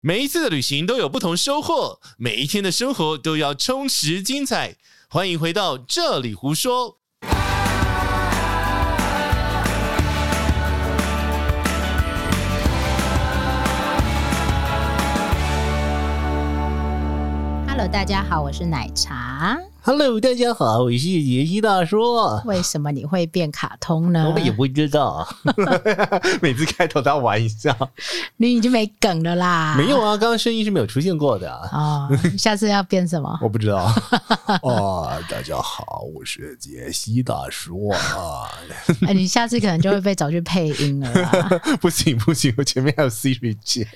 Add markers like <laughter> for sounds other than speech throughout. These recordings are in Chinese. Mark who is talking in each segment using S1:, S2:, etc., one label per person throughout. S1: 每一次的旅行都有不同收获，每一天的生活都要充实精彩。欢迎回到这里胡说。
S2: Hello，大家好，我是奶茶。
S3: Hello，大家好，我是杰西大叔。
S2: 为什么你会变卡通呢
S3: 我？也不知道，啊 <laughs> 每次开头他玩一下，
S2: 你已经没梗了啦。
S3: 没有啊，刚刚声音是没有出现过的啊，
S2: 哦，下次要
S3: <laughs>
S2: 变什么？
S3: 我不知道。哦，大家好，我是杰西大叔啊，
S2: 哎，你下次可能就会被找去配音
S3: <laughs>
S2: 了啦。
S3: 不行不行，我前面还有 Siri 姐，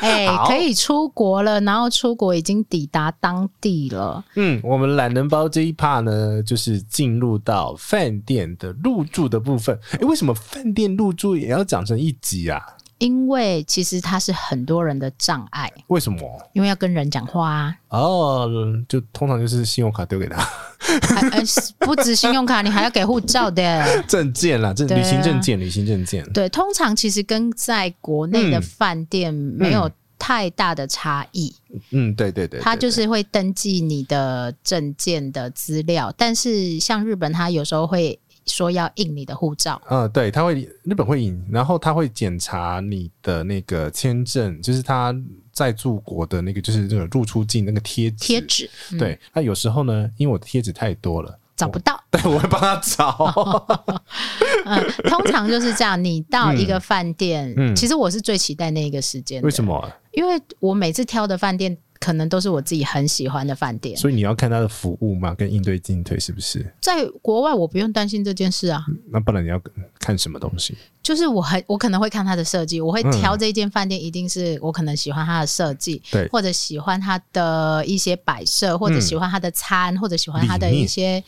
S2: 哎、
S3: 好
S2: 可以出国了，然后出国已经抵达当地了。
S3: 嗯，我们懒人包这一 part 呢，就是进入到饭店的入住的部分。诶，为什么饭店入住也要讲成一集啊？
S2: 因为其实它是很多人的障碍，
S3: 为什么？
S2: 因为要跟人讲话啊， <laughs>
S3: 哦，就通常就是信用卡丢给他。 <laughs>
S2: 还呃不止信用卡，你还要给护
S3: <laughs>
S2: 照的。
S3: 证件啦，证
S2: 对啊
S3: 旅行证件，旅行证件。
S2: 对，通常其实跟在国内的
S3: 嗯
S2: 饭店没有太大的差异。
S3: 嗯，对对对，
S2: 它
S3: 对
S2: 就是会登记你的证件的资料，但是像日本，它有时候会说要印你的护照。
S3: 对嗯，对，他会日本会引，然后他会检查你的那个签证，就是他在住国的那个，就是这种入出境那个贴纸
S2: 贴。纸、嗯
S3: 对，那有时候呢，因为我的贴纸太多了，
S2: 找不到，
S3: 对我会帮他
S2: 哦
S3: 找。
S2: 嗯，通常就是这样。你到一个饭店，
S3: 嗯
S2: 其实我是最期待那个时间。
S3: <laughs> 为什？么？
S2: 因为我每次挑的饭店，可能都是我自己很喜欢的饭店。
S3: 所以你要看他的服务嘛，跟应对进退是不是？
S2: 在国外，我不用担心这件事啊。
S3: 那不然你要看什么东西？
S2: 就是我很，我可能会看它的设计，我
S3: 嗯
S2: 会挑这间饭店，一定是我可能喜欢它的设计，
S3: 对嗯
S2: 或者喜欢它的一些摆设，或者喜欢它的餐，或者喜欢它的一些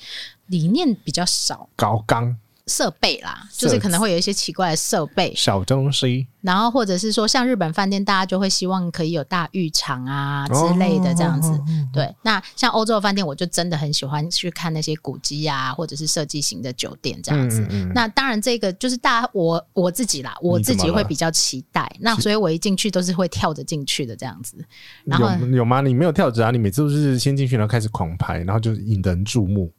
S2: 理念比较少
S3: 高刚
S2: 设备啦，
S3: 设计
S2: 就是可能会有一些奇怪的设备，
S3: 小东西
S2: 然后或者是说像日本饭店，大家就会希望可以有大浴场啊之类的这样子。
S3: 哦
S2: 对，那像欧洲的饭店，我就真的很喜欢去看那些古迹啊，或者是设计型的酒店这样子。
S3: 嗯嗯嗯
S2: 那当然，这个就是大家我我自己啦，我自
S3: 你
S2: 己
S3: 怎么
S2: 会
S3: 了
S2: 比较期待。那所以我一进去都是会跳着进去的这样子。然后
S3: 有有吗？你没有跳着啊？你每次都是先进去，然后开始狂拍，然后就引人注目。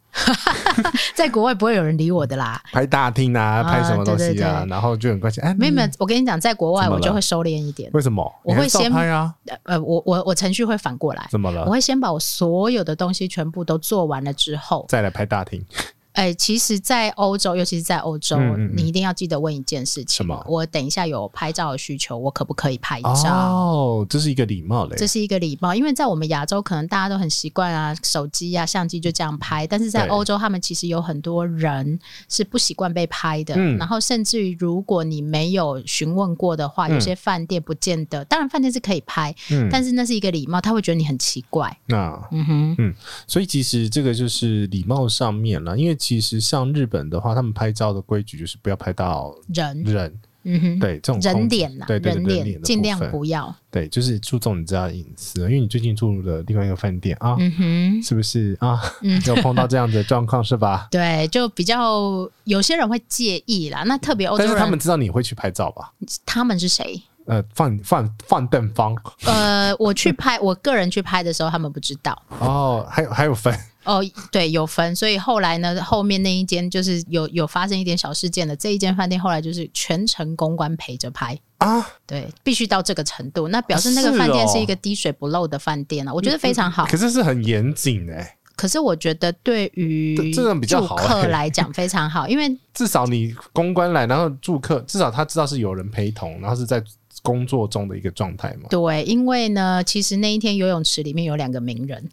S2: 在国外不会有人理我的啦。
S3: 拍大厅啊，
S2: 啊
S3: 拍什么东西啊，
S2: 对对对
S3: 然后就很关心。哎，
S2: 没有没有
S3: 你，
S2: 我跟你讲，在国外
S3: 怎么
S2: 我
S3: 了
S2: 就会收敛一点。
S3: 为什么？
S2: 我会
S3: 你还是照
S2: 先
S3: 拍啊？
S2: 呃，我我我程序会反过来，
S3: 怎么了
S2: 我？会先把我所有的东西全部都做完了之后，
S3: 再来拍大厅，
S2: 哎、其实，在欧洲，尤其是在欧洲，
S3: 嗯嗯嗯
S2: 你一定要记得问一件事情：哦
S3: 什么
S2: 我等一下有拍照的需求，我可不可以拍照？
S3: 哦，这是一个礼貌嘞
S2: 这。是一个礼貌，因为在我们亚洲，可能大家都很习惯啊，手机啊、相机就这样拍。但是在
S3: 对
S2: 欧洲，他们其实有很多人是不习惯被拍的。
S3: 嗯
S2: 然后，甚至于如果你没有询问过的话，
S3: 嗯
S2: 有些饭店不见得，当然饭店是可以拍，
S3: 嗯，
S2: 但是那是一个礼貌，他会觉得你很奇怪。
S3: 那
S2: 嗯哼，
S3: 所以其实这个就是礼貌上面了，因为其实像日本的话，他们拍照的规矩就是不要拍到
S2: 人，
S3: 人，
S2: 嗯哼，
S3: 对这种空
S2: 人脸呐、
S3: 对对对
S2: 人
S3: 人脸
S2: 脸
S3: 的
S2: 尽
S3: 部
S2: 量
S3: 分
S2: 不要。
S3: 对，就是注重你家的隐私，啊因为你最近住的另外一个饭店啊，
S2: 嗯哼。
S3: 是不是啊
S2: 嗯？
S3: 有碰到这样子的状况是吧？
S2: 对，就比较有些人会介意啦。那特别欧洲
S3: 但是
S2: 人，
S3: 他们知道你会去拍照吧？
S2: 他们是谁？
S3: 呃，放放放邓方
S2: 呃，我去拍，我个人去拍的时候，他们不知道。
S3: 哦，还有还有分
S2: 哦，对，有分，所以后来呢，后面那一间就是有有发生一点小事件的，这一间饭店后来就是全程公关陪着拍，
S3: 啊，
S2: 对，必须到这个程度，那表示那个
S3: 是
S2: 饭店
S3: 哦
S2: 是一个滴水不漏的饭店啊，我觉得非常好。
S3: 可是是很严谨哎，
S2: 可是我觉得对于
S3: 这这种比较
S2: 住
S3: 好
S2: 客
S3: 欸
S2: 来讲非常好，因为。
S3: 至少你公关来，然后住客至少他知道是有人陪同，然后是在工作中的一个状态嘛
S2: <laughs> 对，因为呢，其实那一天游泳池里面有两个名人。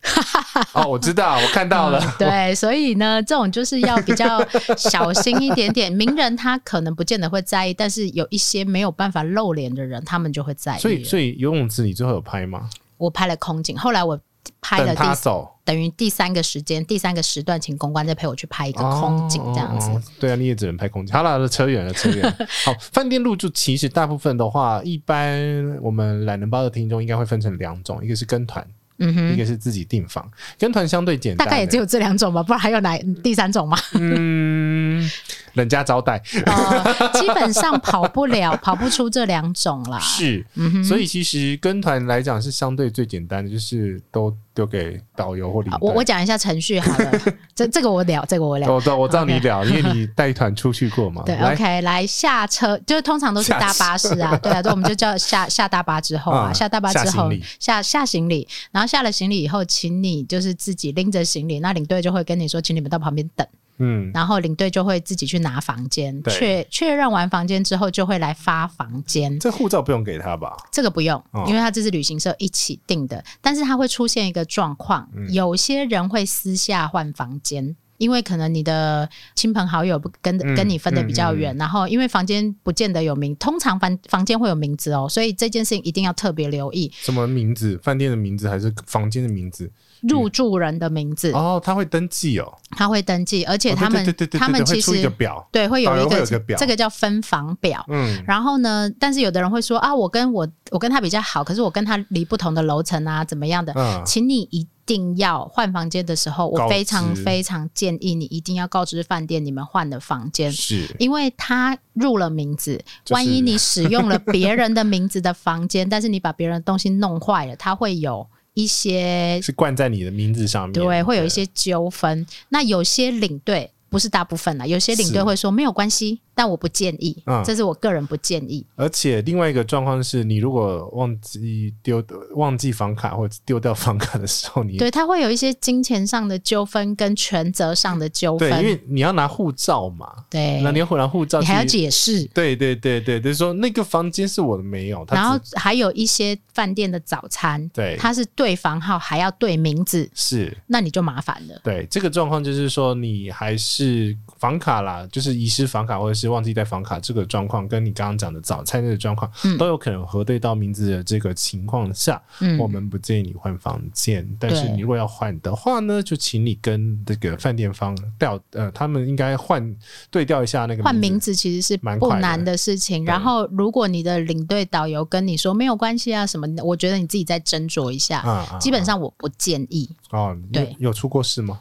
S3: 哦，我知道，我看到了。
S2: 嗯 <laughs> 对，所以呢，这种就是要比较小心一点点。名人他可能不见得会在意，但是有一些没有办法露脸的人，他们就会在意。
S3: 所以，所以游泳池你最后有拍吗？
S2: 我拍了空景，后来我拍了
S3: 等
S2: 第
S3: 他走，
S2: 等于第三个时间、第三个时段，请公关再陪我去拍一个空景，这样子。
S3: 哦哦哦对啊，你也只能拍空景。好了，扯远了，扯远
S2: <laughs>
S3: 了。好，饭店入住其实大部分的话，一般我们懒人包的听众应该会分成两种，一个是跟团，
S2: 嗯
S3: 一
S2: 哼，
S3: 个是自己订房。跟团相对简
S2: 大
S3: 单， <laughs>
S2: 概也只有这两种吧，不然还有哪第三种吗？
S3: 嗯，人家招待
S2: 呃，基本上跑不了，跑不出这两种啦。
S3: 是，
S2: 嗯哼，
S3: 所
S2: 以
S3: 以其实跟团来讲是相对最简单的，就是都丢给导游或领队。
S2: 我我讲一下程序好了，这这个我聊，这个我聊。
S3: 我知道我知道你
S2: OK
S3: 聊，因为你带团出去过嘛。
S2: 对
S3: 来
S2: ，OK，来下车，就是通常都是
S3: 下
S2: 搭巴士
S3: <laughs>
S2: 啊，对啊，对，我们就叫下下大巴之后啊，
S3: 嗯
S2: 下大巴之
S3: 下行
S2: 后
S3: 李
S2: 下下行李，然后下了行李以后，请你就是自己拎着行李，那领队就会跟你说，请你们到旁边等，
S3: 嗯，
S2: 然后领队就会自己去拿房间，
S3: 对
S2: 确确认完房间之后，就会来发房间。
S3: 这护照不用给他吧？
S2: 这个不用
S3: 哦，
S2: 因为它这是旅行社一起定的，但是它会出现一个状况，
S3: 嗯
S2: 有些人会私下换房间。因为可能你的亲朋好友不跟
S3: 嗯
S2: 跟你分的比较远，然后因为房间不见得有名，通常房房间会有名字哦，所以这件事情一定要特别留意
S3: 什么名字？饭店的名字还是房间的名字？
S2: 入住人的名字，
S3: 嗯哦，他会登记哦。
S2: 他会登记，而且
S3: 哦
S2: 他们、
S3: 对对对对
S2: 他们
S3: 对对
S2: 其
S3: 会出一
S2: 实
S3: 个表，
S2: 对会有
S3: 导
S2: 一
S3: 游会
S2: 个
S3: 有个表
S2: 这个叫分房表，
S3: 嗯，
S2: 然后呢，但是有的人会说啊，我跟我我跟他比较好，可是我跟他离不同的楼层啊，怎么样的？
S3: 嗯
S2: 请你一定要换房间的时候，
S3: 告
S2: 我
S3: 知
S2: 非常非常建议你一定要告知饭店你们换的房间。
S3: 是
S2: 因为他入了名字，
S3: 就是
S2: 万一你使用了别人的名字的房间， <laughs> 但是你把别人的东西弄坏了，他会有一些
S3: 是冠在你的名字上面，
S2: 对，会有一些纠纷。那有些领队不是大部分啦，有些领队
S3: 是
S2: 会说没有关系，但我不建议，
S3: 嗯
S2: 这是我个人不建议。
S3: 而且另外一个状况是，你如果忘记丢忘记房卡或者丢掉房卡的时候，你
S2: 对，他会有一些金钱上的纠纷跟权责上的纠
S3: <laughs> 对
S2: 纷，
S3: 因为你要拿护照嘛，
S2: 对
S3: 那你要拿护照
S2: 你
S3: 去，
S2: 还要解释。
S3: 对对对对，就是说那个房间是我的没有，他
S2: 然后
S3: 只
S2: 还有一些饭店的早餐，
S3: 对
S2: 它是对房号还要对名字，
S3: 是
S2: 那你就麻烦了。
S3: 对这个状况就是说你还是房卡啦，就是遗失房卡或者是忘记带房卡这个状况，跟你刚刚讲的早餐这个状况、
S2: 嗯
S3: 都有可能核对到名字的这个情况下，
S2: 嗯
S3: 我，们不建议你换房间，但是
S2: 对
S3: 你如果要换的话呢，就请你跟这个饭店方调，呃，他们应该换对调一下那个
S2: 换名
S3: 名字。
S2: 字其实是
S3: 蛮
S2: 不
S3: 快的
S2: 难的事情。
S3: 对
S2: 然后，如果你的领队导游跟你说没有关系啊什么，我觉得你自己再斟酌一下。
S3: 啊啊
S2: 基本上我不建议，
S3: 哦，你
S2: 对
S3: 有出过事吗？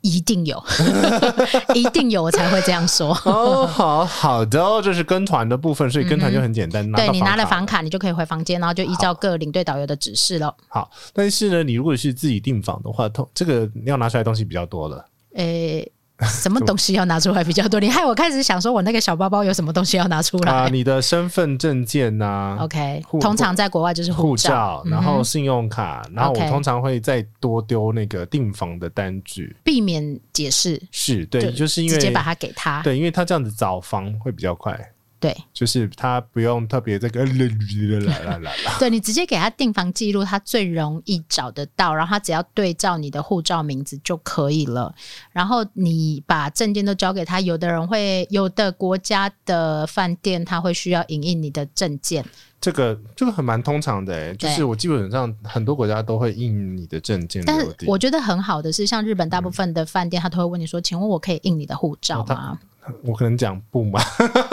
S2: 一定
S3: <laughs>
S2: 有，一定有，我才会这样说。
S3: 哦，好好的哦，这是跟团的部分，所以跟团就很简单，拿
S2: 嗯对
S3: 到
S2: 你拿了
S3: 房
S2: 房卡，你就可以回房间，然后就依照各领队导游的指示了。
S3: 好，但是呢，你如果是自己订房的话，通这个要拿出来的东西比较多了。 <laughs>
S2: 诶、什么东西要拿出来比较多？你害我开始想说，我那个小包包有什么东西要拿出来、
S3: 啊，你的身份证件呐、
S2: ？OK，
S3: 啊护
S2: 通常在国外就是
S3: 护
S2: 照，
S3: 照，
S2: 嗯
S3: 然后信用卡，然后我
S2: OK
S3: 通常会再多丢那个订房的单据。
S2: 避免解释，
S3: 是对，就是因为
S2: 直接把它给他。
S3: 对，因为他这样子找房会比较快，
S2: 对，
S3: 就是他不用特别这个呃啦啦啦
S2: <laughs>
S3: 啦。
S2: 对你直接给他订房记录，他最容易找得到，然后他只要对照你的护照名字就可以了。然后你把证件都交给他，有的人会，有的国家的饭店他会需要影印你的证件。
S3: 这个这个很蛮通常的、欸，就
S2: 对
S3: 是我基本上很多国家都会印你的证件
S2: 但
S3: 留
S2: 是
S3: 底。
S2: 我觉得很好的是，像日本大部分的饭店，他都会问你说：“请问我可以印你的护照吗
S3: 我可能讲不嘛，？”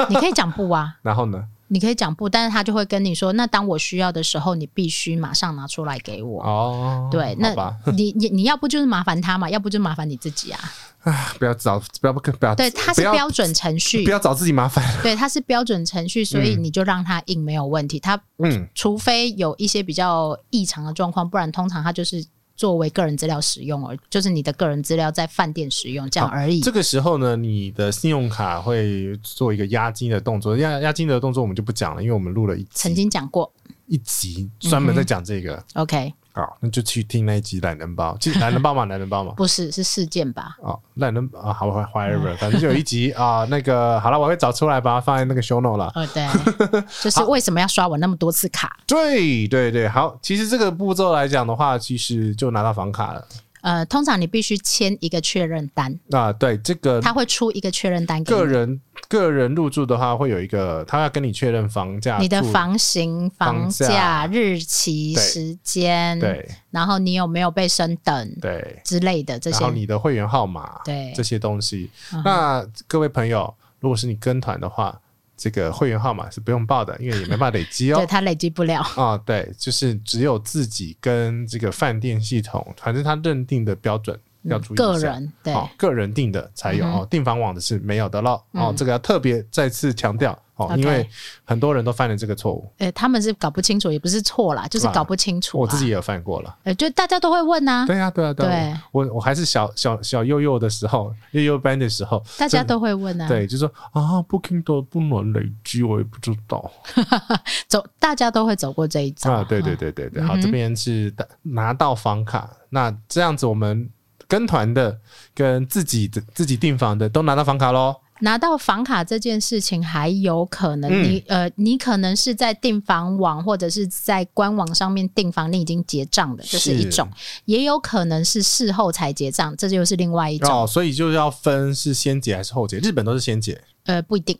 S2: 你可以讲不啊，
S3: 然后呢？
S2: 你可以讲不，但是他就会跟你说：“那当我需要的时候，你必须马上拿出来给我。
S3: 哦，
S2: 对，那
S3: 好吧，
S2: 你你你要不就是麻烦他嘛，要不就麻烦你自己啊。
S3: 不要找，不要不不要，
S2: 对，他是
S3: 不要
S2: 标准程序
S3: 不，要找自己麻
S2: <laughs>
S3: 烦。
S2: 对，他是标准程序，所以你就让他印没有问题。他
S3: 嗯，
S2: 除非有一些比较异常的状况，不然通常他就是作为个人资料使用而，就是你的个人资料在饭店使用这样而已。
S3: 这个时候呢，你的信用卡会做一个押金的动作，押押金的动作我们就不讲了，因为我们录了一集
S2: 曾经讲过
S3: 一集专门在讲这个。
S2: ，OK，
S3: 好，那就去听那一集懒人包，其实懒人包 <laughs> 嘛，懒人包嘛。
S2: 不是是事件吧？
S3: 哦，懒人啊，好，whatever，反正就有一集啊、 <laughs> 那个好了，我会找出来，把它放在那个 show note 了。<laughs>
S2: 呃，对，就是为什么要刷我那么多次卡？
S3: 对对对，好，其实这个步骤来讲的话，其实就拿到房卡了。
S2: 呃，通常你必须签一个确认单，
S3: 啊，对，这个
S2: 他会出一个确认单给
S3: 个
S2: 你，
S3: 人个人入住的话，会有一个他要跟你确认房价、
S2: 你的
S3: 住
S2: 房型、房
S3: 房价
S2: 价、日期、
S3: 对
S2: 时间，
S3: 对
S2: 然后你有没有被升等
S3: 对，
S2: 之类的这
S3: 然
S2: 些
S3: 后，你的会员号码
S2: 对
S3: 这些东西。
S2: 嗯哼
S3: 那各位朋友，如果是你跟团的话，这个会员号码是不用报的，因为也没办法累积哦
S2: 对。他累积不了。
S3: 啊、对，就是只有自己跟这个饭店系统，反正他认定的标准要注意一下
S2: 嗯个人对
S3: 哦，个人订的才有、
S2: 嗯哼
S3: 哦，订房网的是没有的了、哦
S2: 嗯。
S3: 这个要特别再次强调哦
S2: OK
S3: 因为很多人都犯了这个错误，
S2: 呃，他们是搞不清楚，也不是错啦，就是
S3: 啊
S2: 搞不清楚、啊。
S3: 我自己也有犯过了。
S2: 呃，就大家都会问啊，
S3: 对呀、对呀、对呀、
S2: 对
S3: 我我我还是小小小幼幼的时候，幼幼班的时候，
S2: 大家
S3: 真的
S2: 都会问啊，
S3: 对，就说啊，Booking 都不能累积，我也不知道
S2: 走，大家都会走过这一遭
S3: 啊。对对，对对对，好，
S2: 嗯
S3: 这
S2: 哼
S3: 边是拿拿到房卡，那这样子我们跟团的、跟自己的、自己订房的都拿到房卡喽。
S2: 拿到房卡这件事情还有可能
S3: 嗯
S2: 你、呃，你可能是在订房网或者是在官网上面订房，你已经结账的，这是一
S3: 是
S2: 种；也有可能是事后才结账，这就是另外一种。
S3: 哦，所以就要分是先结还是后结，日本都是先结，
S2: 呃，不一定，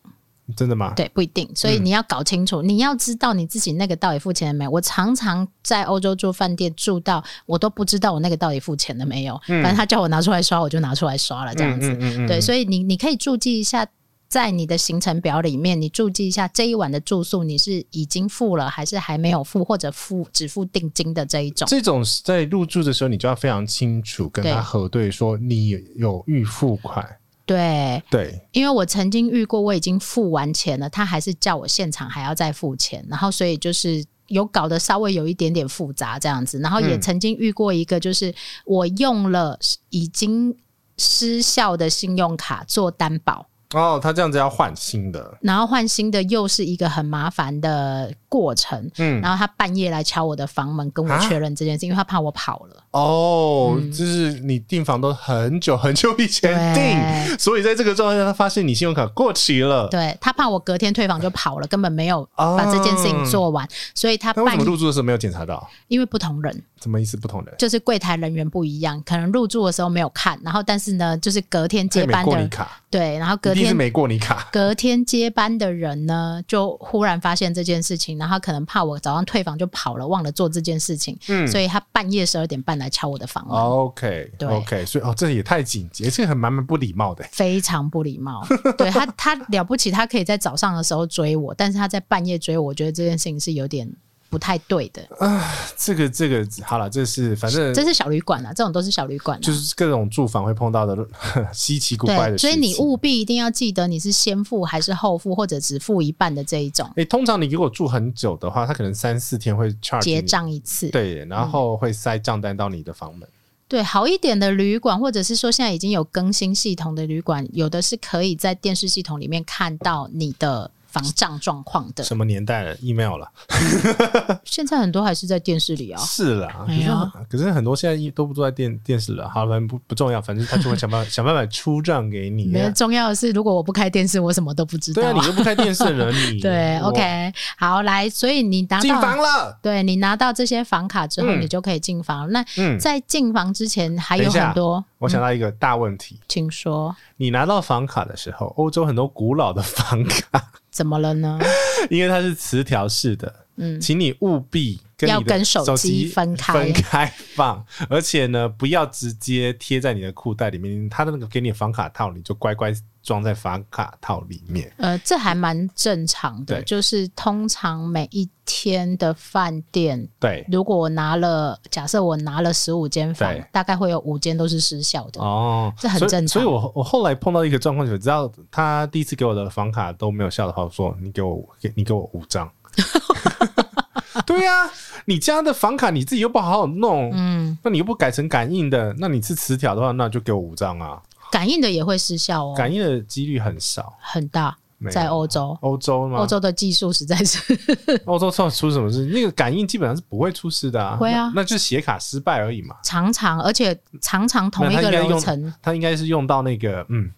S3: 真的吗？
S2: 对，不一定。所以
S3: 嗯
S2: 你要搞清楚，你要知道你自己那个到底付钱了没。我常常在欧洲住饭店住到我都不知道我那个到底付钱了没有，反正他叫我拿出来刷，我就拿出来刷了，这样子。
S3: 嗯嗯嗯
S2: 对，
S3: 嗯
S2: 所以你你可以注记一下，在你的行程表里面，你注记一下这一晚的住宿你是已经付了，还是还没有付，或者付只付定金的这一种。
S3: 这种在入住的时候，你就要非常清楚跟
S2: 对
S3: 他核对，说你有预付款。
S2: 对，
S3: 对，
S2: 因为我曾经遇过，我已经付完钱了，他还是叫我现场还要再付钱，然后所以就是。有搞得稍微有一点点复杂这样子，然后也
S3: 嗯
S2: 曾经遇过一个，就是我用了已经失效的信用卡做担保，
S3: 哦，他这样子要换新的，
S2: 然后换新的又是一个很麻烦的过程。
S3: 嗯，
S2: 然后他半夜来敲我的房门，跟我
S3: 啊
S2: 确认这件事，因为他怕我跑了。
S3: 哦，就是你订房都很久很久以前
S2: 对
S3: 订，所以在这个状态下，他发现你信用卡过期了。
S2: 对他怕我隔天退房就跑了，根本没有
S3: 哦
S2: 把这件事情做完，所以他
S3: 那为什
S2: 半
S3: 么
S2: 夜
S3: 入住的时候没有检查到？
S2: 因为不同人，
S3: 什么意思？不同人，
S2: 就是柜台人员不一样，可能入住的时候没有看，然后但是呢，就是隔天
S3: 这
S2: 接
S3: 也没
S2: 班的
S3: 过你
S2: 人
S3: 卡，
S2: 对，然后隔
S3: 一定是
S2: 天
S3: 没过你卡。
S2: 隔天接班的人呢，就忽然发现这件事情，然后他可能怕我早上退房就跑了，忘了做这件事情，
S3: 嗯哦
S2: 所以他半夜十二点半来敲我的房门。
S3: OK
S2: 嗯对
S3: OK，所以哦，这也太紧急，这个很蛮蛮不礼貌的。
S2: 非常不礼貌。 <laughs> 对他，他了不起，他可以在早上的时候追我，但是他在半夜追我，我觉得这件事情是有点不太对的。
S3: 这个这个好了，这是反正
S2: 这是小旅馆啊，这种都是小旅馆、啊。
S3: 呃就是各种住房会碰到的 <laughs> 稀奇古怪
S2: 对，
S3: 的
S2: 所以你
S3: 误
S2: 务必一定要记得你是先付还是后付，或者只付一半的这一种，
S3: 诶、通常你如果住很久的话，他可能三四天会 charge
S2: 结
S3: 你，
S2: 账一次。
S3: 对，
S2: 嗯
S3: 然后会塞账单到你的房门。
S2: 对，好一点的旅馆，或者是说现在已经有更新系统的旅馆，有的是可以在电视系统里面看到你的房账状况的。
S3: 什么年代了？email 了，
S2: 现在很多还是在电视里
S3: <laughs>
S2: 啊、
S3: 是啦。可
S2: 哎
S3: 是
S2: 呀
S3: 很 <laughs> 可是很多现在都不住在电电视了，好，反正不不重要，反正他就会想办
S2: <laughs>
S3: 法想办法出账给你
S2: 没。有重要的是，如果我不开电视，我什么都不知道、
S3: 对啊，你又不开电视的
S2: <laughs>
S3: 人，你
S2: 对
S3: 我
S2: ，OK，好，来，所以你拿
S3: 进房
S2: 到，
S3: 了。
S2: 对你拿到这些房卡之后，
S3: 嗯
S2: 你就可以进房。那
S3: 嗯，
S2: 在进房之前还
S3: 等
S2: 有
S3: 一下
S2: 很多，
S3: 我想到
S2: 嗯
S3: 一个大问题，
S2: 请说
S3: 你拿到房卡的时候，欧洲很多古老的房卡，
S2: 怎么了呢？
S3: 因为它是磁条式的，
S2: 嗯，
S3: 请你务必跟你的
S2: 要跟手机
S3: 手机
S2: 分开
S3: 分开放，而且呢，不要直接贴在你的裤袋里面，他的那个给你的房卡套，你就乖乖装在房卡套里面。
S2: 呃，这还蛮正常的，
S3: 对
S2: 就是通常每一天的饭店。
S3: 对，
S2: 如果我拿了，假设我拿了十五间房
S3: 对，
S2: 大概会有五间都是失效的。
S3: 哦，
S2: 嗯这很正常
S3: 所以，所以我我后来碰到一个状况，就知道他第一次给我的房卡都没有效的话，我说你给我给你给我五
S2: <laughs>
S3: 张。 <laughs> 对呀、你家的房卡你自己又不好好弄，
S2: 嗯，
S3: 那你又不改成感应的，那你是磁条的话，那就给我五张啊。
S2: 感应的也会失效哦，
S3: 感应的几率很少，
S2: 很大
S3: 没，有
S2: 在欧洲，
S3: 欧洲吗？
S2: 欧洲的技术实在是 <laughs>
S3: 欧洲到底出什么事？那个感应基本上是不会出事的啊，
S2: 会啊
S3: 那那就是写卡失败而已嘛。
S2: 常常，而且常常同一
S3: 那
S2: 个
S3: 他应该
S2: 流
S3: 用
S2: 程。？
S3: 它应该是用到那个嗯，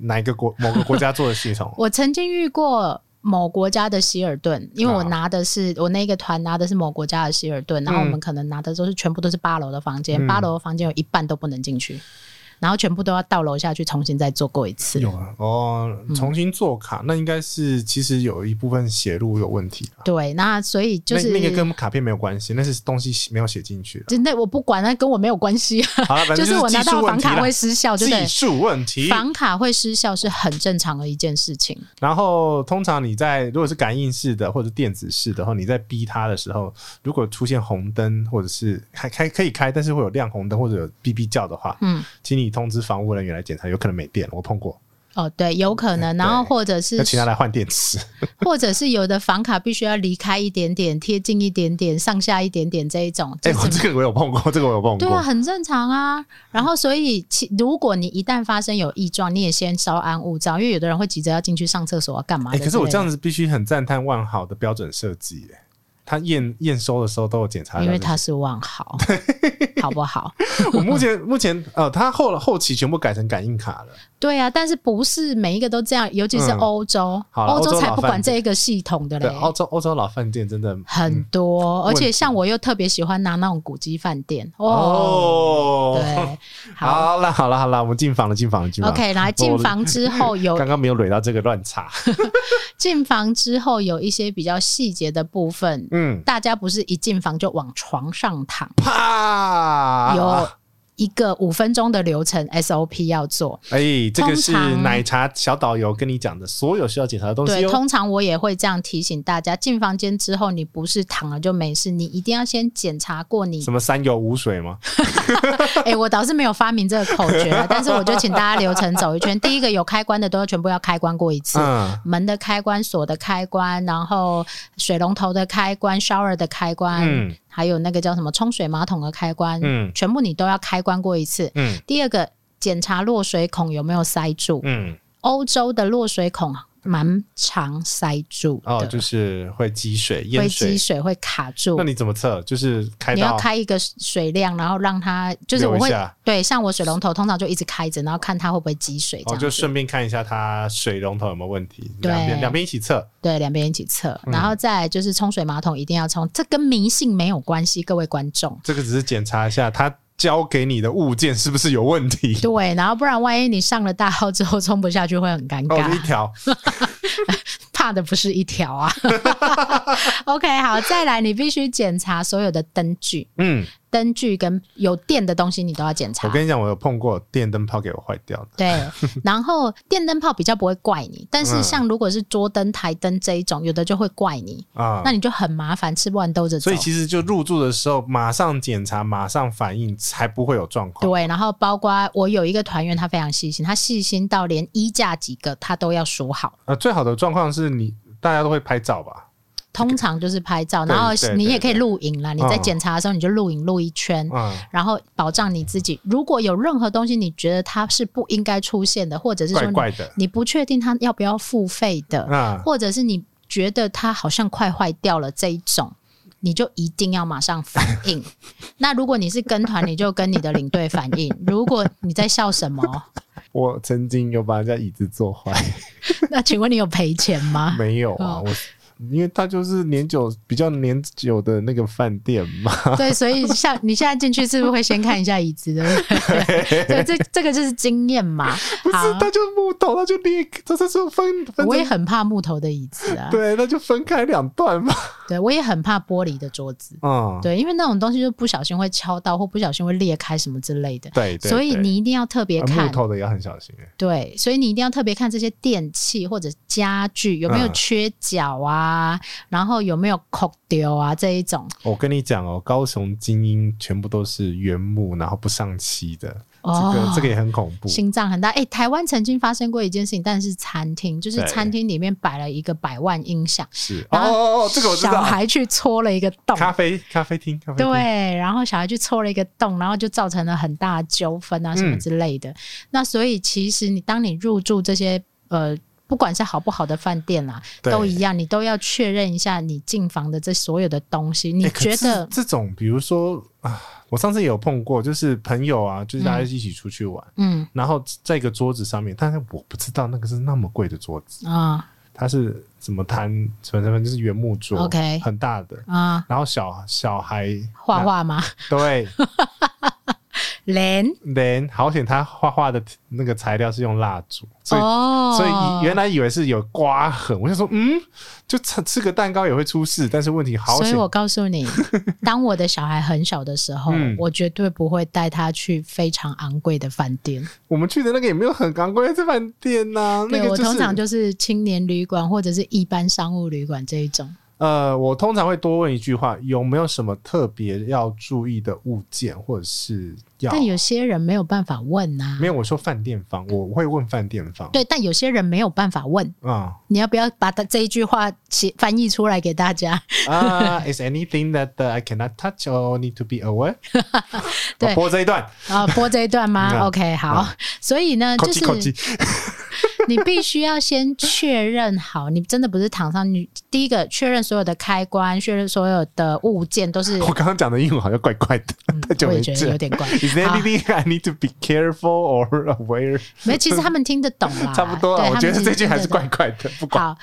S3: 哪一个国某个国家做的系统
S2: <laughs> 我曾经遇过某国家的希尔顿，因为我
S3: 啊嗯
S2: 拿的是、我那个团拿的是某国家的希尔顿，然后我们可能拿的都是全部都是八楼的房间，八楼的房间有一半都不能进去。然后全部都要到楼下去重新再做过一次。
S3: 有啊，哦，
S2: 嗯
S3: 重新做卡，那应该是其实有一部分写入有问题啊
S2: 对，那所以就是
S3: 那那个跟卡片没有关系，那是东西没有写进去的。
S2: 真的我不管，那跟我没有关系啊。
S3: 好了，反正
S2: <laughs> 就是我拿
S3: 技术
S2: 到
S3: 问
S2: 房
S3: 题啦
S2: 卡会失效，就
S3: 技
S2: 对，
S3: 术问题。
S2: 房卡会失效是很正常的一件事情。
S3: 然后通常你在如果是感应式的或者电子式的，然后你在逼它的时候，如果出现红灯或者是还开可以开，但是会有亮红灯或者有哔哔叫的话，
S2: 嗯，
S3: 请你通知房屋人员来检查，有可能没电了，我碰过，
S2: 哦，对，有可能，然
S3: 嗯
S2: 后
S3: 对
S2: 或者是
S3: 要请他来换电池。
S2: 或者是有的房卡必须要离开一点点，贴近一点点，上下一点点这一种，
S3: 哎、
S2: 这
S3: 我
S2: 是
S3: 这个我有碰过，这个我有碰
S2: 对
S3: 过。
S2: 啊，很正常啊。然后，所以其如果你一旦发生有异状，你也先稍安勿躁，因为有的人会急着要进去上厕所啊，干嘛
S3: 哎、
S2: 的、
S3: 可是我这样，子必须很赞叹万好的标准设计、哎，他验验收的时候都有检查到这
S2: 因
S3: 些，
S2: 为他是万
S3: <laughs>
S2: 豪，好不好？
S3: 我目前目前呃，他后后期全部改成感应卡了。
S2: 对啊，但是不是每一个都这样，尤其是
S3: 嗯
S2: 欧洲，
S3: 好啦
S2: 欧、
S3: 欧洲
S2: 洲才
S3: 老
S2: 不
S3: 饭
S2: 管这一个系统的嘞
S3: 对，。欧洲欧洲老饭店真的
S2: 很多，而
S3: 问
S2: 且像我又特别喜欢拿那种古迹饭店哦，
S3: 哦。 <laughs>
S2: 对，好
S3: 好了好了好了，我们进房了进房了进房了。
S2: ，OK，来进房之后
S3: <laughs>
S2: 有
S3: 刚刚没有捋到这个乱查，
S2: 进房之后有一些比较细节的部分，
S3: 嗯，
S2: 大家不是一进房就往床上躺，
S3: 啪，
S2: 有一个五分钟的流程 SOP 要做。
S3: 哎、这个是
S2: 通常
S3: 奶茶小导游跟你讲的所有需要检查的东西哦
S2: 对，
S3: 哟、
S2: 通常我也会这样提醒大家：进房间之后，你不是躺了就没事，你一定要先检查过你
S3: 什。么三油五水吗？ <laughs>
S2: 哎、我倒是没有发明这个口诀啊， <laughs> 但是我就请大家流程走一圈。第一个有开关的都要全部要开关过一次。
S3: 嗯，
S2: 门的开关、锁的开关，然后水龙头的开关、shower 的开关，
S3: 嗯
S2: 还有那个叫什么冲水马桶的开关，
S3: 嗯
S2: 全部你都要开关过一次。
S3: 嗯
S2: 第二个，检查落水孔有没有塞住。
S3: 嗯，
S2: 欧洲的落水孔蛮常塞住的，
S3: 哦，就是会积水
S2: 会
S3: 淹
S2: 积
S3: 水，
S2: 水会卡住
S3: 那。你怎么测？就是开哦
S2: 你要
S3: 到
S2: 开一个水量，然后让它就是我
S3: 流一
S2: 会
S3: 下
S2: 对，像我水龙头通常就一直开着，然后看它会不会积水
S3: 哦，
S2: 这样
S3: 就
S2: 子。
S3: 顺便看一下它水龙头有没有问题，
S2: 对
S3: 两边两边一起测。
S2: 对，两边一起测，
S3: 嗯
S2: 然后再来就是冲水马桶一定要冲，这跟迷信没有关系，各位观众。
S3: 这个只是检查一下他交给你的物件是不是有问题。
S2: 对，然后不然万一你上了大号之后冲不下去会很尴
S3: 哦，就一
S2: 尬，
S3: 条，
S2: 怕的不是一条啊。OK，好，再来，你必须检查所有的灯具，
S3: 嗯，
S2: 灯具跟有电的东西你都要检
S3: 我
S2: 查。
S3: 跟你讲，我有碰过电灯泡给我坏掉的，
S2: 对，然后电灯泡比较不会怪你，但是
S3: 嗯
S2: 像如果是桌灯、台灯这一种，有的就会怪你，
S3: 啊
S2: 那。你就很麻烦，吃不完兜着走
S3: 所以。其实就入住的时候，马上检查，马上反应，才不会有状况。
S2: 对，然后包括我有一个团员，他非常细心，他细心到连衣架几个他都要数好。
S3: 呃，最好的状况是你大家都会拍照吧？
S2: 通常就是拍照，
S3: 对
S2: 然后
S3: 对
S2: 你也
S3: 对
S2: 可以
S3: 对
S2: 录影啦。你在
S3: 嗯
S2: 检查的时候，你就录影录一圈，
S3: 嗯，
S2: 然后保障你自己。如果有任何东西你觉得它是不应该出现的，或者是说
S3: 怪
S2: 你呃
S3: 怪的，
S2: 你不确定它要不要付费的，
S3: 嗯，
S2: 或者是你觉得它好像快坏掉了这一种，你就一定要马上反
S3: <laughs>
S2: 应。那如果你是跟团，你就跟你的领队反
S3: <laughs>
S2: 应。如果你在笑什么？
S3: 我曾经有把人家椅子坐坏， <laughs>
S2: 那请问你有赔钱吗？
S3: 没有啊，
S2: 哦
S3: 我因为他就是年久比较年久的那个饭店嘛，
S2: 对，所以像你现在进去是不是会先看一下椅子，对不
S3: <laughs>
S2: 对？对，这这个就是经验嘛。
S3: <laughs> 不是，
S2: 好，
S3: 它就木头，它就裂，它它是分分成
S2: 我也很怕木头的椅子啊，
S3: 对，那就分开两段嘛。
S2: 对我也很怕玻璃的桌子，
S3: 嗯，
S2: <laughs> 对，因为那种东西就不小心会敲到，或不小心会裂开什么之类的。
S3: 对对
S2: 所以
S3: 对
S2: 你一定要特别
S3: 呃
S2: 看
S3: 木，头的也要很小心欸
S2: 对，所以你一定要特别看这些电器或者家具有没有
S3: 嗯
S2: 缺角啊，然后有没有抠丢啊这一种。
S3: 我跟你讲哦，高雄精英全部都是原木，然后不上漆的，这
S2: 哦
S3: 个这个也很恐怖。
S2: 心脏很大。哎、台湾曾经发生过一件事情，但是餐厅就是
S3: 对
S2: 餐厅里面摆了一个百万音响，
S3: 是哦
S2: 然后
S3: 哦哦，这个我知
S2: 小
S3: 道。
S2: 孩去戳了一个洞。
S3: 咖啡咖啡厅，咖啡厅，
S2: 对，然后小孩去戳了一个洞，然后就造成了很大的纠纷啊，什么
S3: 嗯
S2: 之类的。那所以其实你当你入住这些呃，不管是好不好的饭店啊啦，
S3: 对
S2: 都一样，你都要确认一下你进房的这所有的东西。你
S3: 欸可
S2: 觉
S3: 是
S2: 得
S3: 这种，比如说啊，我上次也有碰过，就是朋友啊，就是大家一起出去玩，
S2: 嗯
S3: 然后在一个桌子上面，但是我不知道那个是那么贵的桌子，
S2: 啊
S3: 它是什么摊，什么什么，就是原木桌
S2: OK
S3: 很大的。
S2: 啊
S3: 然后小小孩
S2: 画，画吗？
S3: 对，
S2: 连
S3: then 好险，他画画的那个材料是用蜡烛，所以、
S2: 哦，
S3: 所以以原来以为是有刮痕，我就说嗯，就吃吃个蛋糕也会出事，但是问题好
S2: 所以
S3: 险，
S2: 我告
S3: <laughs>
S2: 诉你，当我的小孩很小的时候，
S3: 嗯
S2: 我绝对不会带他去非常昂贵的饭店。
S3: 我们去的那个也没有很昂贵，这饭店呐、那
S2: 对
S3: 个
S2: 我
S3: 就是
S2: 通常就是青年旅馆或者是一般商务旅馆这一种。
S3: 呃，我通常会多问一句话，有没有什么特别要注意的物件，或者是要
S2: 但有些人没有办法问呐、
S3: 没有？我说饭店方，我会问饭店方，
S2: 对，但有些人没有办法问。
S3: 啊
S2: 你要不要把他这一句话写翻译出来给大家？
S3: 啊，is anything that uh, I cannot touch or need to be aware？
S2: <laughs> 对
S3: 我播这一段，
S2: 啊，播这一段吗、
S3: <laughs> 嗯啊
S2: o k 好。
S3: 嗯
S2: 所以呢，
S3: 扣
S2: 呃就
S3: 机扣机 <laughs>
S2: 是，你必须要先确认好，你真的不是躺上你第一个确认所有的开关，确认所有的物件都是。
S3: <laughs> 我刚刚讲的英文好像怪怪的， <laughs> 太久
S2: 嗯我
S3: 没
S2: 也觉得有
S3: 见。
S2: 点
S3: <laughs>
S2: 怪，
S3: Is there
S2: 好
S3: anything I need to be careful or aware？
S2: 没，其实他们听得懂啦，
S3: <laughs> 差不多
S2: 啊
S3: 啊
S2: 对
S3: 了，我
S2: 他
S3: 觉
S2: 们
S3: 得
S2: 其
S3: 这
S2: 实
S3: 句还
S2: 听
S3: 是
S2: 得懂
S3: 怪怪的，不管。
S2: 好，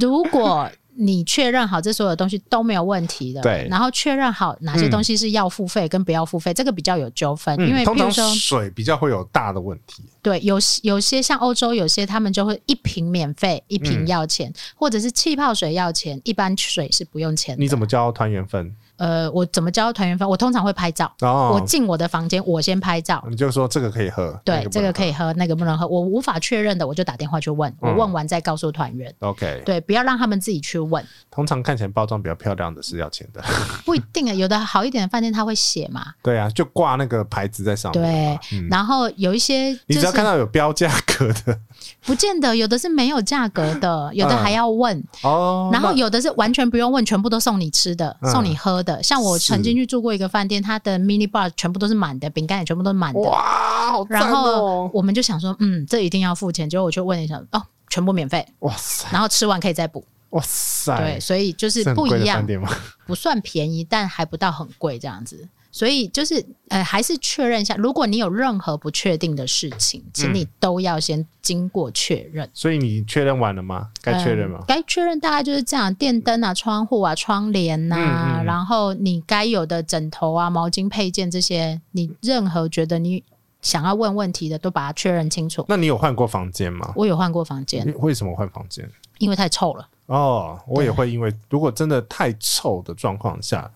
S2: 如果你确认好这所有东西都没有问题的，
S3: 对嗯
S2: 然后确认好哪些东西是要付费跟不要付费，这个比较有纠纷，因为
S3: 通
S2: 譬如
S3: 常
S2: 说，
S3: 水比较会有大的问题，
S2: 对，有有些像欧洲，有些他们就会一瓶免费，一
S3: 嗯
S2: 瓶要钱，或者是气泡水要钱，一般水是不用钱的。
S3: 你怎么教团员分？
S2: 呃，我怎么教团员方？我通常会拍照，我
S3: 哦，
S2: 进我的房间，我先拍照。
S3: 你就说这个可以喝，
S2: 对，这个可
S3: 以。
S2: 以喝，那个不能喝。我无法确认的，我就打电话去问，我
S3: 嗯
S2: 问完再告诉团员。
S3: OK，
S2: 对，不要让他们自己去问。
S3: 通常看起来包装比较漂亮的是要钱的， <laughs>
S2: 不一定啊，有的好一点的饭店他会写嘛，
S3: 对啊，就挂那个牌子在上面嘛。嗯，
S2: 然后有一些
S3: 你
S2: 就
S3: 只要看
S2: 是
S3: 到有标价格的 <laughs>
S2: 不见得，有的是没有价格的，有
S3: 嗯
S2: 的还要问，
S3: 哦，
S2: 然后
S3: 那
S2: 有的是完全不用问，全部都送你吃的，
S3: 嗯
S2: 送你喝的。像我曾经去住过一个饭店，它的 mini bar 全部都是满的，饼干也全部都是满的，
S3: 哇，好赞
S2: 然后
S3: 哦！
S2: 我们就想说，嗯，这一定要付钱，结果我就问一下，哦，全部
S3: <laughs>
S2: 免费，
S3: 哇塞，
S2: 然后吃完可以再补，
S3: 哇塞，
S2: 对，所以就是
S3: 哎很
S2: 不
S3: 贵
S2: 一
S3: 的
S2: 样
S3: 饭，店吗？
S2: 不算便宜，但还不到很贵这样子。所以就是呃，还是确认一下，如果你有任何不确定的事情，
S3: 嗯
S2: 请你都要先经过确认。
S3: 所以你确认完了吗？该确认
S2: 嗯
S3: 吗？
S2: 该确认大概就是这样：电灯啊、窗户啊、窗帘呐、
S3: 嗯嗯嗯
S2: 然后你该有的枕头啊、毛巾配件这些，你任何觉得你想要问问题的，都把它确认清楚。
S3: 那你有换过房间吗？
S2: 我有换过房间，
S3: 为什么换房间？
S2: 因为太臭了。
S3: 哦，我也
S2: 对
S3: 会因为如果真的太臭的状况下，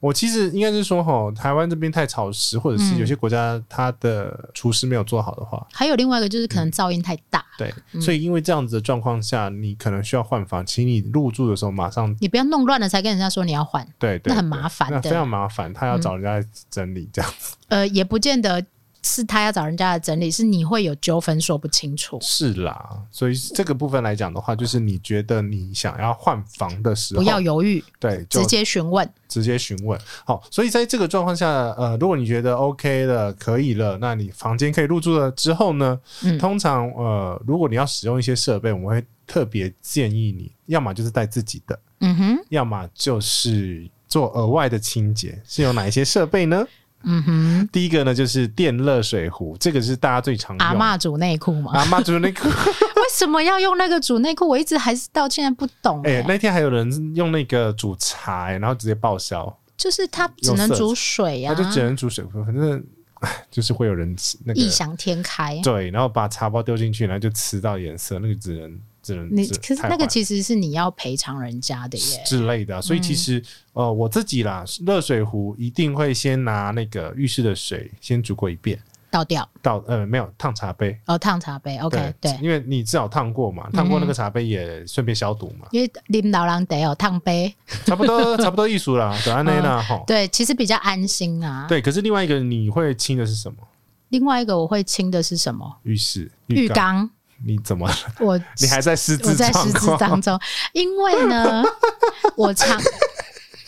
S3: 我其实应该是说哈，台湾这边太潮湿，或者是
S2: 嗯
S3: 有些国家它的厨师没有做好的话，
S2: 还有另外一个就是可能
S3: 嗯
S2: 噪音太大，
S3: 对，所以因为这样子的状况下，你可能需要换房，请你入住的时候马上
S2: 你不要弄乱了才跟人家说你要换。
S3: 对对，
S2: 那很
S3: 对
S2: 麻烦
S3: 那
S2: 的
S3: 非常麻烦，他要找人家来整理这样。
S2: 呃，也不见得是他要找人家的整理，是你会有纠纷说不清楚。
S3: 是啦，所以这个部分来讲的话，就是你觉得你想要换房的时候，
S2: 不要犹豫，
S3: 对，就
S2: 直接询问。
S3: 直接询问。好，所以在这个状况下，呃，如果你觉得 OK 了，可以了，那你房间可以入住了之后呢，
S2: 嗯
S3: 通常呃，如果你要使用一些设备，我们会特别建议你，要么就是带自己的，
S2: 嗯哼，
S3: 要么就是做额外的清洁。是有哪一些设备
S2: <laughs>
S3: 呢？
S2: 嗯哼，
S3: 第一个呢，就是电热水壶，这个是大家最常用。
S2: 阿嬷煮内裤嘛？
S3: 阿妈就是那个， <laughs>
S2: 为什么要用那个煮内裤？我一直还是到现在不懂、
S3: 哎、
S2: 欸。
S3: 那天还有人用那个煮茶、哎然后直接报销，
S2: 就是它只能煮水啊呀、
S3: 他就只能煮水壶，反正哎就是会有人那个
S2: 异想天开。啊
S3: 对，然后把茶包丢进去，然后就吃到颜色，那个只能只能
S2: 你
S3: 只
S2: 可是
S3: 太
S2: 那个
S3: 晚
S2: 其嗯实是你要赔偿人家的耶。
S3: 之类的啊、所以其实、呃，我自己啦，热水壶一定会先拿那个浴室的水先煮过一遍，
S2: 倒掉
S3: 到呃没有烫茶杯。
S2: 哦，烫茶杯。OK，对，嗯
S3: 因为你至少烫过嘛，烫过那个茶杯也顺便消毒嘛，
S2: 因为领导人得有烫杯，
S3: 差不多差不多艺术啦，早安内啦哈。
S2: 嗯对，其实比较安心啊。
S3: 对，可是另外一个你会清的是什么？
S2: 另外一个我会清的是什么？
S3: 浴室
S2: 浴
S3: 缸？
S2: 缸。
S3: 你怎么了？
S2: 我
S3: <laughs> 你还在失
S2: 我
S3: 智
S2: 在
S3: 状
S2: 失智
S3: 况？
S2: 当中，因为呢，我常。 <laughs>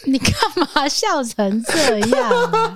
S2: 你干嘛笑成这样啊、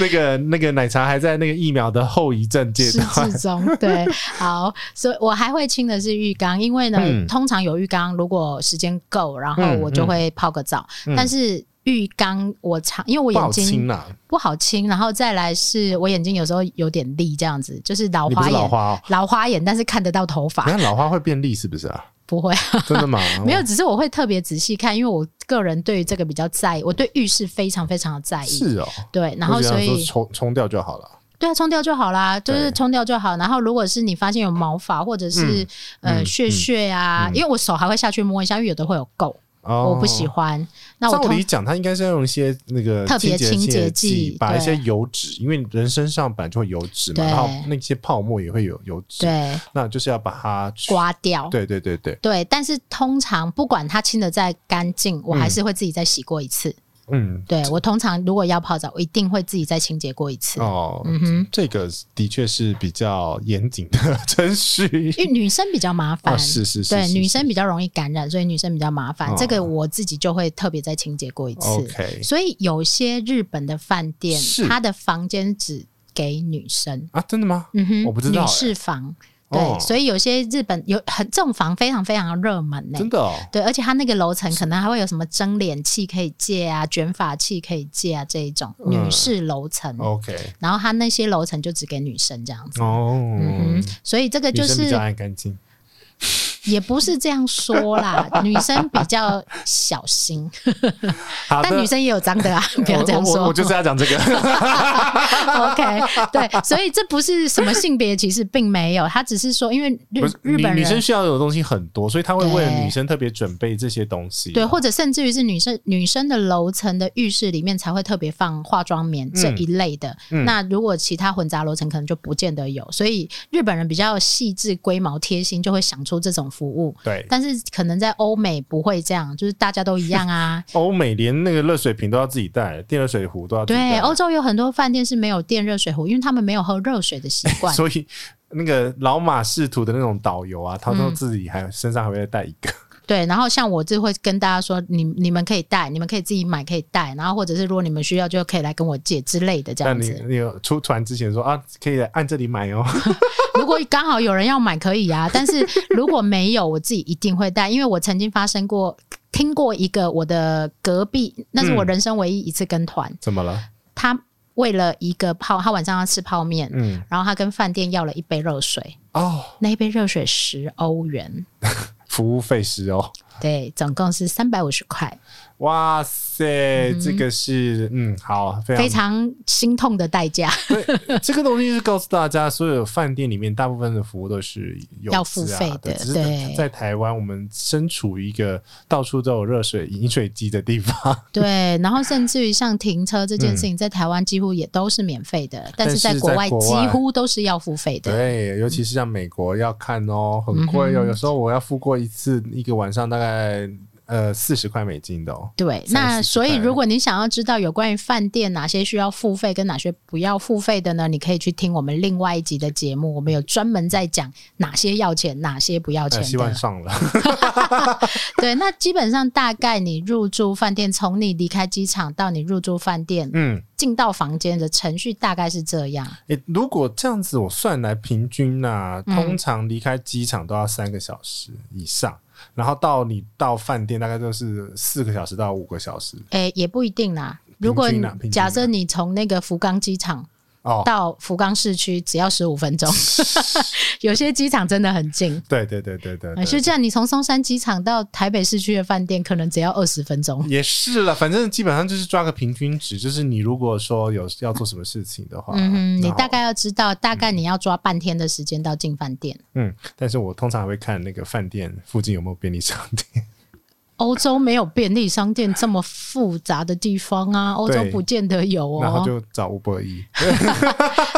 S3: 那个那个奶茶还在那个疫苗的后遗症阶
S2: 失
S3: 段。
S2: 智中，对，好，所以我还会清的是浴缸，因为呢，
S3: 嗯
S2: 通常有浴缸，如果时间够，然后
S3: 嗯
S2: 我就会泡个澡。
S3: 嗯
S2: 但是浴缸我常，因为我
S3: 不好啊
S2: 眼睛
S3: 清啦，
S2: 不好清，然后再来是我眼睛有时候有点力，这样子就是老
S3: 你不
S2: 花
S3: 是
S2: 眼，
S3: 老花嗯哦。
S2: 老花眼，但是看得到头
S3: 你
S2: 发，
S3: 看老花会变绿是不是
S2: <laughs>
S3: 啊？
S2: 不会。？
S3: 真的吗哦
S2: 没有，只是我会特别仔细看，因为我个人对于这个比较在意，我对浴室非常非常的在意。
S3: 是哦。
S2: 哎对，然后
S3: 我觉得
S2: 所
S3: 说
S2: 以
S3: 冲冲掉就好了。
S2: 对啊，冲掉就好啦，就
S3: 对
S2: 是冲掉就好。然后如果是你发现有毛发或者是、呃
S3: 嗯
S2: 血血啊，
S3: 嗯
S2: 因为我手还会下去摸一下，因为有的会有垢，
S3: 哦
S2: 我不喜。欢。那我
S3: 照
S2: 通
S3: 理讲，它应该是要用一些那个
S2: 特别
S3: 清
S2: 清洁
S3: 剂
S2: 剂，
S3: 把一些
S2: 对
S3: 油脂，因为人身上本来就会有脂嘛，
S2: 对
S3: 然后那些泡沫也会有油脂，
S2: 对
S3: 那就是要把它去。
S2: 刮掉。
S3: 对对对对，
S2: 对，但是通常不管它清的再干净，我还
S3: 嗯
S2: 是会自己再洗过一次。
S3: 嗯，
S2: 对我通常如果要泡澡，我一定会自己再清洁过一次。
S3: 哦，
S2: 嗯哼，
S3: 这个的确是比较严谨的程序
S2: 因为女生比较麻烦，
S3: 啊，是是是，
S2: 对
S3: 是是
S2: 女生比较容易感染，所以女生比较麻烦。
S3: 哦
S2: 这个我自己就会特别再清洁过一次。
S3: OK
S2: 所以有些日本的饭店
S3: 是，
S2: 它的房间只给女生。
S3: 啊，真的吗？
S2: 嗯哼，
S3: 我不知道欸
S2: 女士房。对，
S3: 哦
S2: 所以有些日本有很这种房非常非常热门呢、
S3: 真的哦，
S2: 对，而且它那个楼层可能还会有什么蒸脸器可以借啊、卷发器可以借啊这一种
S3: 嗯哦
S2: 女士楼层，
S3: OK，
S2: 然后它那些楼层就只给女生这样子。
S3: 哦，
S2: 嗯哼，所以这个就
S3: 女生比
S2: 是
S3: 较爱干净，
S2: 也不是这样说
S3: <laughs>
S2: 啦，女生比较小心，
S3: 好的，呃
S2: 但女生也有脏
S3: <laughs>
S2: 的啊，不要这样
S3: 我我
S2: 说
S3: 我。就是要讲这个，
S2: <laughs> OK，对，所以这不是什么性别歧视，并没有，他只是说，因为日
S3: 不是
S2: 日
S3: 女
S2: 本
S3: 女生
S2: 人。
S3: 需要有的东西很多，所以她会为了
S2: 对
S3: 女生特别准备这些东西，
S2: 对，或者甚至于是女生女生的楼层的浴室里面才会特别放化妆棉这一类的。
S3: 嗯
S2: 那如果其他混杂楼层可能就不见得有，所以日本人比较细致、龟毛、贴心，就会想出这种服务。
S3: 对，
S2: 但是可能在欧美不会这样，就是大家都一样啊，
S3: 欧美连那个热水瓶都要自己带，电热水壶都要自己
S2: 对，
S3: 带，
S2: 欧洲有很多饭店是没有电热水壶，因为他们没有喝热水的习惯。
S3: <laughs> <laughs> 所以那个老马仕途的那种导游啊，他都自己还身上还会带一个，
S2: 对，然后像我就会跟大家说，你你们可以带，你们可以自己买，可以带，然后或者是如果你们需要，就可以来跟我借之类的这
S3: 但
S2: 样
S3: 你 <laughs>
S2: 子。
S3: 你有出团之前说啊，可以按这里买
S2: <laughs>
S3: 哦，
S2: 如果刚好有人要买，可以啊，但是如果没有，我自己一定会带，因为我曾经发生过。听过一个我的隔壁，那是我
S3: 嗯
S2: 人生唯一一次跟团。
S3: 怎么了？
S2: 他为了一个泡，他晚上要吃泡面，
S3: 嗯，
S2: 然后他跟饭店要了一杯热水，
S3: 哦，
S2: 那一杯热水十欧元，
S3: 服务费是哦，
S2: 对，总共是三百五十块，
S3: 哇塞，这个是嗯好，非常
S2: 非常心痛的
S3: <laughs>
S2: 代价，
S3: 对，这个东西是告诉大家，所有饭店里面大部分的服务都是有、啊、
S2: 要付费的
S3: 只是
S2: 对
S3: 在台湾，我们身处一个到处都有热水饮水机的地
S2: <laughs>
S3: 方，
S2: 对。然后甚至于像停车这件事情，在台湾几乎也都是免费的，但是在国外
S3: 嗯但是在
S2: 几
S3: 国外
S2: 乎都是要付费的。
S3: 对，尤其是像美国要看哦，很贵
S2: 嗯
S3: 哦，有时候我要付过一次一个晚上大概呃四十块美金的哦。
S2: 对，
S3: 三
S2: 那
S3: 十
S2: 所以
S3: 块
S2: 如果你想要知道有关于饭店哪些需要付费跟哪些不要付费的呢，你可以去听我们另外一集的节目，我们有专门在讲哪些要钱，哪些不要钱
S3: 呃，
S2: 的。
S3: 希望上了，
S2: <laughs> 对，那基本上大概你入住饭店，从你离开机场到你入住饭店，
S3: 嗯，
S2: 进到房间的程序大概是这样。
S3: 诶、如果这样子我算来平均呐、
S2: 嗯
S3: 通常离开机场都要三个小时以上，然后到你到饭店大概就是四个小时到五个小时
S2: 诶、也不一定啦。如果
S3: 平
S2: 你
S3: 均啦平均啦
S2: 假设你从那个福冈机场
S3: 哦。
S2: 到福冈市区，只要十五分钟， <laughs> 有些机场真的很近。
S3: 对对对对对
S2: 呃
S3: 对，
S2: 就这样，你从松山机场到台北市区的饭店，可能只要二十分钟。
S3: 也是了，反正基本上就是抓个平均值，就是你如果说有要做什么事情的话，
S2: 嗯哼，
S3: 然
S2: 你
S3: 后
S2: 大概要知道，大概你要抓半天的时间到进饭店。
S3: 嗯，但是我通常还会看那个饭店附近有没有便利商店，
S2: 欧洲没有便利商店这么复杂的地方啊，欧洲
S3: 对
S2: 不见得有
S3: 然后
S2: 哦，
S3: 就找吴伯一。
S2: <laughs>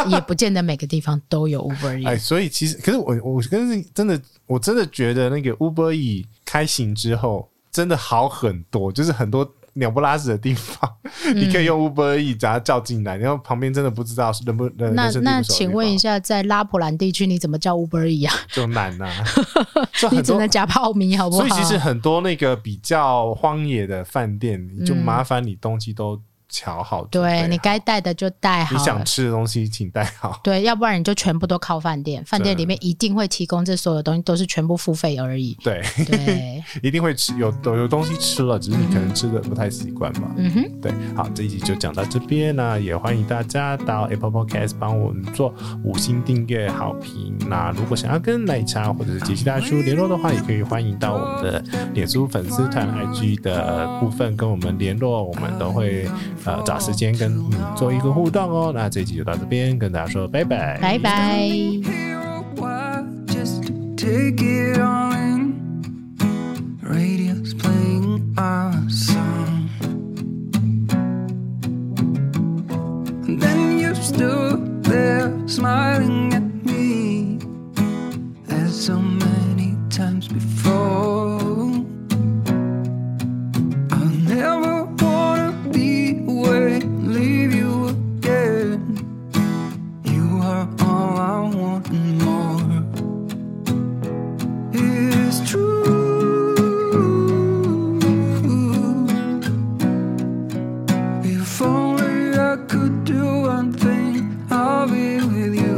S2: 也不见得每个地方都有 Uber
S3: 哎，
S2: Eats。
S3: 所以其实，可是我我跟是真的，我真的觉得那个 Uber E 开行之后，真的好很多，就是很多鸟不拉屎的地
S2: <laughs>
S3: 方，
S2: 嗯
S3: 你可以用 Uber E 把它叫进来，然后旁边真的不知道是能不能
S2: 那那请问一
S3: 下，
S2: 下，在拉普兰地区你怎么叫 Uber E 啊？
S3: 就难呐、
S2: <laughs>
S3: 就
S2: 你
S3: 很
S2: 只能
S3: 多。
S2: 夹泡米，好不好？
S3: 所以其实很多那个比较荒野的饭店，你就
S2: 嗯
S3: 麻烦你东西都瞧好，
S2: 对你
S3: 你
S2: 该带的就带
S3: 啊你
S2: 好
S3: 想
S2: 了。
S3: 吃的东西请带好。。
S2: 对，要不然你就全部都靠饭店，饭店里面一定会提供这所有东西，都是全部付费而已
S3: 对，
S2: 对，
S3: <laughs> 一定会吃有有有东西吃了，只是你可能吃的不太习惯吧。
S2: 嗯哼，
S3: 对，好，这一集就讲到这边啦，也欢迎大家到 Apple Podcast 帮我们做五星订阅好评。那如果想要跟奶茶或者是杰西大叔联络的话，也可以欢迎到我们的脸书粉丝团 IG 的部分跟我们联络，我们都会呃找时间跟嗯做一个互动哦。那这一集就到这边，跟大家说拜拜。
S2: 拜拜。
S4: Here a while just to take it all in. Radio's playing our song. And then you stood there smiling at me as so many times before. I'll never wanna be away, leave you again. You are all I want and more. It's true. If only I could do one thing, I'll be with you.